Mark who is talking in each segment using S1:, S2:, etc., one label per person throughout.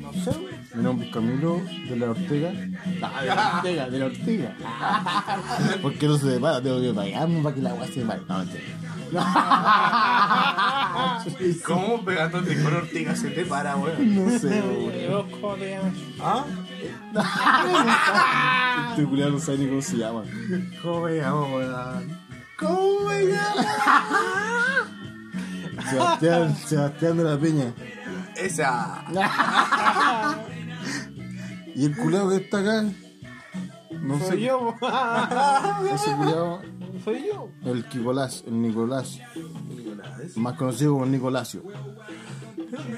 S1: No sé, güey.
S2: Mi nombre es Camilo de la Ortega.
S1: Ah, de la Ortega, de la Ortega. Porque no se separa, tengo que pagarme para que la agua se separe. No, mentira.
S3: ¿Cómo pegándote con Ortega se te para, weón?
S1: No sé, güey.
S4: ¿Y vos cómo te llamas?
S3: ¿Ah?
S1: Este culiao no sabe ni cómo se llama.
S3: ¿Cómo me llamo, weón? ¿Cómo me llamo?
S1: Sebastián, Sebastián de la Peña.
S3: Esa.
S1: Y el culiao que está acá,
S2: No sé.
S4: Soy yo, po.
S1: ese culiao,
S4: soy yo.
S1: el Nicolás, el Nicolás,
S3: Nicolás.
S1: más conocido como Nicolásio.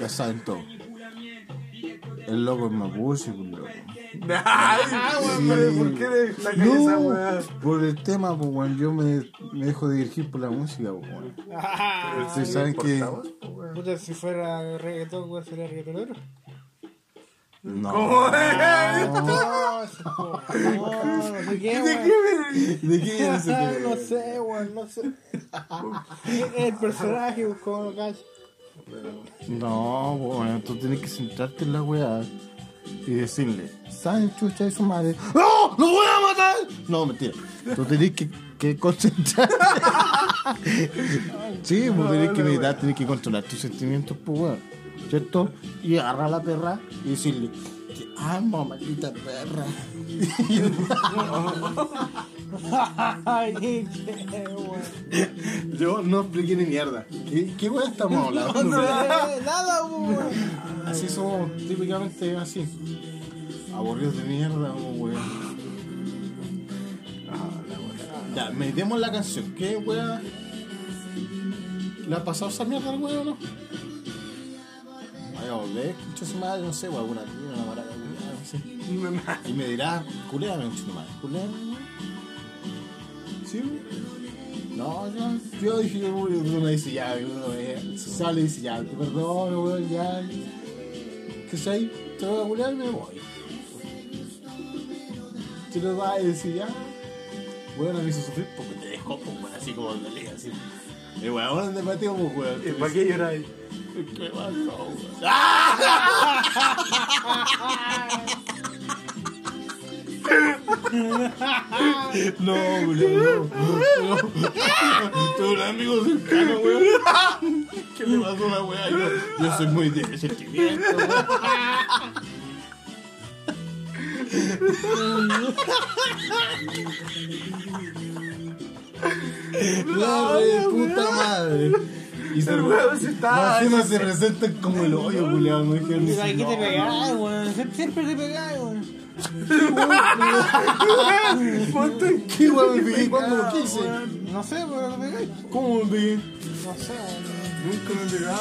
S1: Ya saben todo. El loco es mapuche, culiao.
S3: Ay, weón, pero ¿por qué le la calle esa, weón?
S1: por el tema, pues, weón, yo me, me dejo dirigir por la música, pues, weón.
S4: Ah,
S1: Ustedes saben que.
S3: Portavoz, po, weón.
S4: Puta, si fuera reggaetón, weón, sería reggaetonero.
S1: No.
S3: ¿Cómo es?
S4: No, eso, po. no, no sé qué,
S3: ¿De
S4: weón.
S3: qué
S1: ¿De qué es ese
S4: Ah,
S1: tema?
S4: No sé, weón, no sé. El personaje, weón, cómo lo cacho.
S1: No, bueno, tú tienes que sentarte en la weá y decirle, Sancho, chucha de su madre? ¡No! ¡Lo voy a matar! No, mentira. Tú tenés que, que concentrarte. sí, vos tenés que meditar, tenés que controlar tus sentimientos, pues weón. ¿Cierto? Y agarrar a la perra y decirle, te amo, maldita perra.
S4: Ay, qué, weón.
S1: Yo no expliqué ni mierda. ¿Qué, qué weá estamos hablando?
S4: Eh, Nada, weón.
S1: Así somos, típicamente así. Aburridos de mierda, oh, weón. Ah, Ya, metemos la canción. ¿Qué, weón? ¿Le ha pasado esa mierda al weón o no? Vaya, volver, escucho su madre, no sé, weón, alguna tía, una maraca, culiada, no sé.
S3: verga?
S1: Y me dirá, culeame, concha tu madre, culeame, weón. ¿Sí, weón? No, yo, yo dije, yo, weón, uno dice ya, uno eh, sale y dice ya, te perdono, weón, ya. Que soy, te voy a culear y me voy. Tú lo vas a decir ya. Weón, me hizo sufrir porque te dejó, pues, weón, así como dolía, así. El weón, de patio, pues, weón.
S3: ¿Y para qué lloráis?
S1: ¿Qué pasó, weón? No, weón, no. no. Tengo un amigo cercano, weón. ¿Qué le pasó a la weá? Yo, yo soy muy de sentimiento, weón. La re de puta madre. Y se,
S3: El weón se estaba-
S1: Más encima se presentan como el hoyo, culiado. No dijeron ni
S4: Mira, aquí
S1: su
S4: te
S1: nombre.
S4: pegáis, weón. Sie- Siempre te pegáis, weón.
S3: Ponte
S1: ¿Qué weón me pegué cuando lo quise?
S4: No sé, weón, te pegáis.
S1: ¿Cómo me pegué?
S4: No sé, weón.
S3: Nunca me pegaba.